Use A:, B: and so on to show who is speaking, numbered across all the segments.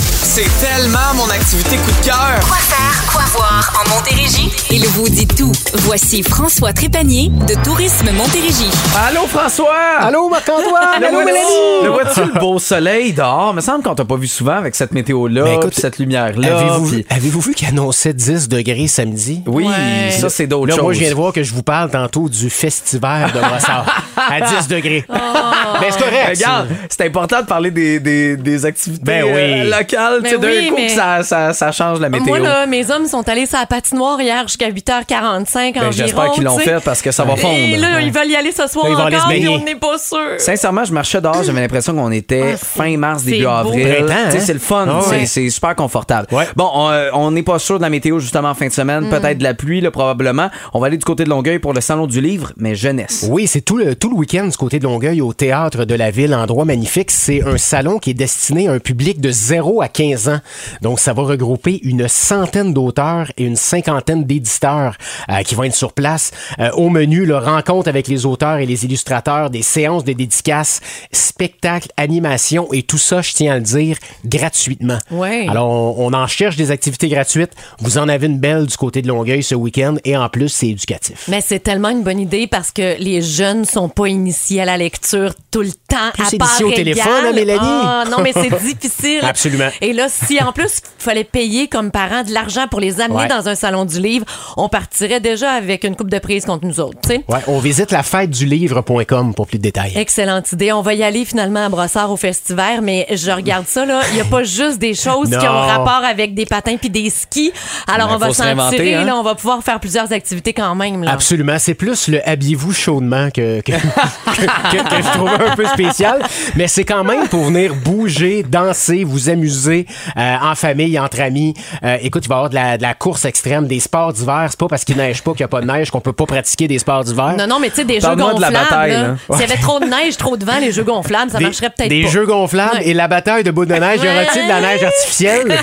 A: C'est tellement mon activité coup de cœur.
B: Quoi faire, quoi voir en Montérégie?
C: Il vous dit tout. Voici François Trépanier de Tourisme Montérégie.
D: Allô, François!
E: Allô, Marc-Antoine!
D: Allô, Mélanie! Ah. Le vois-tu le beau soleil dehors? Il me semble qu'on t'a pas vu souvent avec cette météo-là,
E: Ben, écoute,
D: puis cette lumière-là.
E: Avez-vous
D: puis-
E: vu, avez-vous vu qu'il annonçait 10 degrés samedi?
D: Oui, ça, c'est d'autres
E: Là,
D: choses.
E: moi, je viens de voir que je vous parle tantôt du festival de Brossard à 10 degrés. Mais c'est
D: Ben,
E: correct. ça.
D: Regarde, c'est important de parler des, des, des activités
E: Ben oui.
D: euh, locales. tu sais,
F: Ben
D: D'un
F: oui,
D: coup, que
F: mais-
D: ça, ça, ça change la météo.
F: Moi, là, mes hommes sont allés sur la patinoire hier jusqu'à 8h45
D: Ben,
F: environ.
D: J'espère qu'ils l'ont
F: tu sais.
D: fait parce que ça va fondre.
F: Et là, ils veulent y aller ce soir
E: Là, ils vont aller se
F: encore, et
E: baigner.
F: on n'est pas sûr.
D: Sincèrement, je marchais dehors, j'avais l'impression qu'on était
F: Euh, Ah, c'est-
D: fin mars,
F: c'est
D: début
F: beau.
D: avril.
E: Printemps,
D: Tu sais,
E: hein?
D: C'est le fun,
E: Ah ouais.
D: c'est- c'est super confortable.
E: Ouais.
D: Bon, on, euh, on n'est pas sûr de la météo justement en fin de
F: Mm.
D: semaine, peut-être de la pluie, là, probablement. On va aller du côté de Longueuil pour le salon du livre, mais jeunesse.
E: Oui, c'est tout le, tout le week-end du côté de Longueuil au théâtre de la ville, endroit magnifique. C'est un salon qui est destiné à un public de 0 à 15 ans. Donc, ça va regrouper une centaine d'auteurs et une cinquantaine d'éditeurs euh, qui vont être sur place. Euh, au menu, le rencontre avec les auteurs et les illustrateurs, des séances de dédicaces, spectacles, animations et tout ça, je tiens à le dire, gratuitement.
F: Ouais.
E: Alors, on, on en cherche des activités gratuites. Vous en avez une belle du côté de Longueuil ce week-end et en plus, c'est éducatif.
F: Mais c'est tellement une bonne idée parce que les jeunes sont pas initiés à la lecture tout le temps.
E: Plus
F: à part
E: initiés au
F: égale.
E: téléphone, hein, Mélanie?
F: Ah, non, mais c'est difficile.
E: Absolument.
F: Et là, si en plus, il fallait payer comme parents de l'argent pour les amener
E: Ouais.
F: dans un salon du livre, on partirait déjà avec une coupe de prise contre nous autres, tu sais.
E: Ouais, on visite la fête du livre.com pour plus de détails.
F: Excellente idée. On va y aller finalement à Brossard au festival, mais je regarde ça là. Il n'y a pas juste des choses qui ont
E: Non.
F: rapport avec des patins puis des skis. Alors
D: Ben,
F: on va
D: faut se
F: s'en
D: réinventer,
F: tirer.
D: hein.
F: Là, on va pouvoir faire plusieurs activités quand même. Là.
E: Absolument. C'est plus le habillez-vous chaudement que, que, que- que- que je trouvais un peu spécial. Mais c'est quand même pour venir bouger, danser, vous amuser euh, en famille, entre amis. Euh, écoute, il va y avoir de la, de la course extrême, des sports d'hiver. C'est pas parce qu'il neige pas qu'il n'y a pas de neige qu'on peut pas pratiquer des sports d'hiver.
F: Non, non, mais tu sais, des jeux
D: Parle-moi de
F: gonflables.
D: la bataille,
F: là.
D: là.
F: S'il y avait trop de neige, trop de vent, les jeux gonflables, ça
E: des,
F: marcherait peut-être
E: des
F: pas.
E: jeux gonflables
F: Ouais.
E: et la bataille de bouts de neige. Y aura-t-il de la
F: Ouais.
E: neige artificielle?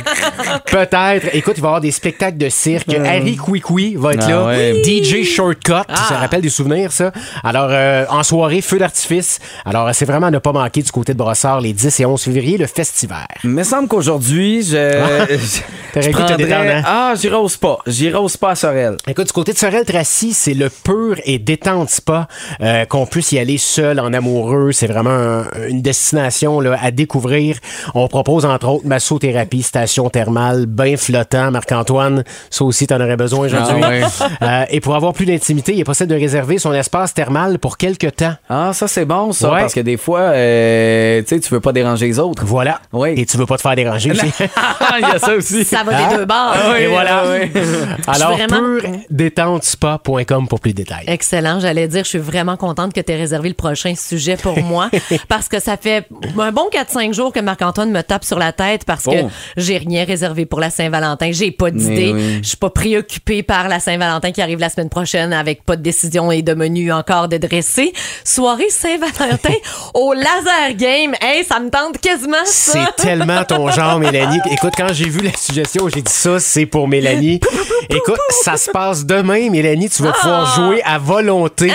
E: Peut-être. Écoute, il va y avoir des spectacles de cirque. Harry Kouikoui va être
D: Euh. Ah
E: là.
D: ouais.
E: DJ Shortcut.
F: Ah.
E: Ça rappelle des souvenirs, ça. Alors, euh, en soirée, feu d'artifice. Alors, euh, c'est vraiment à ne pas manquer du côté de Brossard les 10 et 11 février, le festival.
D: Il me semble qu'aujourd'hui,
E: Ah.
D: je. je
E: T'aurais le goût de te
D: prendrais-
E: détendre, hein?
D: Ah, j'irai au spa. J'irai au spa à Sorel.
E: Écoute, du côté de Sorel-Tracy, c'est le pur et détente spa euh, qu'on puisse y aller seul, en amoureux. C'est vraiment un- une destination là, à découvrir. On propose entre autres massothérapie, station thermale, bain flottant. Marc-Antoine, ça aussi, t'en aurais besoin aujourd'hui.
D: Ah ouais.
E: Euh, et pour avoir plus d'intimité, il est possible de réserver son espace thermal pour quelques temps.
D: Ah, ça, c'est bon, ça,
E: Ouais.
D: parce que des fois, euh, tu sais, tu veux pas déranger les autres.
E: Voilà.
D: Oui.
E: Et tu veux pas te faire déranger aussi. Ah,
D: Il y a ça aussi. Hein? Ah
F: Ça va des deux bords.
E: et voilà. Alors,
F: Je suis vraiment-
E: pur détente spa.com pour plus de détails.
F: Excellent, j'allais dire, je suis vraiment contente que tu aies réservé le prochain sujet pour moi parce que ça fait un bon 4-5 jours que Marc-Antoine me tape sur la tête parce que
D: Oh.
F: j'ai rien réservé pour la Saint-Valentin. J'ai pas d'idée.
D: Mais oui.
F: Je suis pas préoccupée par la Saint-Valentin qui arrive la semaine prochaine avec pas de décision et de menu encore de dresser. Soirée Saint-Valentin au Laser Game. Hey, ça me tente quasiment ça.
E: C'est tellement ton genre, Mélanie. Écoute, quand j'ai vu la suggestion, j'ai dit ça, c'est pour Mélanie. Écoute, ça se passe demain, Mélanie. Tu vas pouvoir jouer à volonté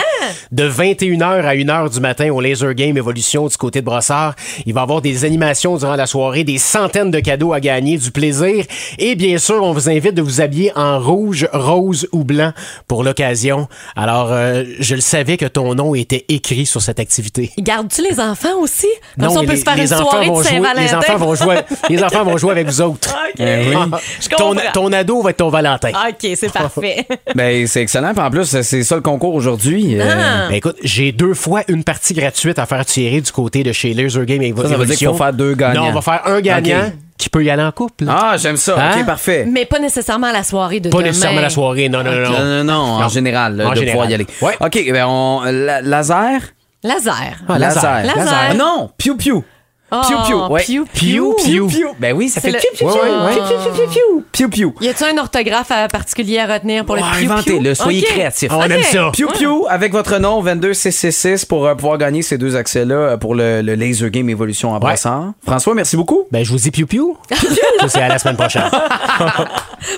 E: de 21h à 1h du matin au Laser Game Evolution du côté de Brossard. Il va y avoir des animations durant la soirée, des centaines de cadeaux à gagner, du plaisir. Et bien sûr, on vous invite de vous habiller en rouge, rose ou blanc pour l'occasion. Alors, euh, je le savais que ton nom était écrit sur cette activité.
F: Gardes-tu les enfants aussi? Comme
E: Non,
F: ça, on
E: mais
F: peut se faire
E: les
F: une
E: enfants
F: soirée
E: vont
F: de
E: jouer-
F: Saint-Valentin.
E: Les enfants vont jouer, les enfants vont jouer avec vous autres.
F: OK.
E: Ah,
F: Je comprends.
E: ton, ton ado va être ton Valentin.
F: OK, c'est parfait.
D: Ben, c'est excellent. Puis en plus, c'est ça le concours aujourd'hui. Euh,
F: Ah.
E: Ben écoute, j'ai deux fois une partie gratuite à faire tirer du côté de chez Laser Game et
D: Ça, ça veut dire qu'il faut faire deux gagnants.
E: Non, on va faire un gagnant
D: Ok.
E: qui peut y aller en couple.
D: Ah, j'aime ça.
E: Hein?
D: OK, parfait.
F: Mais pas nécessairement à la soirée de
E: Pas
F: demain.
E: nécessairement la soirée, non, non, non.
D: Non, non, non, en
E: Non.
D: général, là,
E: En
D: de
E: général.
D: pouvoir y aller.
E: Ouais.
D: OK, eh ben on. la- laser?
F: Laser.
E: Ah, laser.
F: Laser.
D: Ah Non, piou piou.
F: Oh,
D: Piou piou. ouais.
F: piou,
E: piou.
D: piou piou. Ben oui, ça
F: C'est
D: fait
F: le-
D: piou piou
F: Ouais,
D: piou.
F: ouais, ouais.
D: Piou, piou, piou, piou, piou. Piou piou.
F: Y a-t-il un orthographe euh, particulier à retenir pour
D: Ouais,
F: le piou
D: Inventez-le, soyez
F: Ok.
D: créatifs.
E: Ah, On aime ça.
D: Piu Piu avec votre nom 22666 pour euh, pouvoir gagner ces deux accès-là euh, pour le, le Laser Game Evolution en passant. François, merci beaucoup.
E: Ben, je vous dis piou piou. Ça, c'est à la semaine prochaine.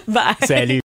F: Bye.
E: Salut.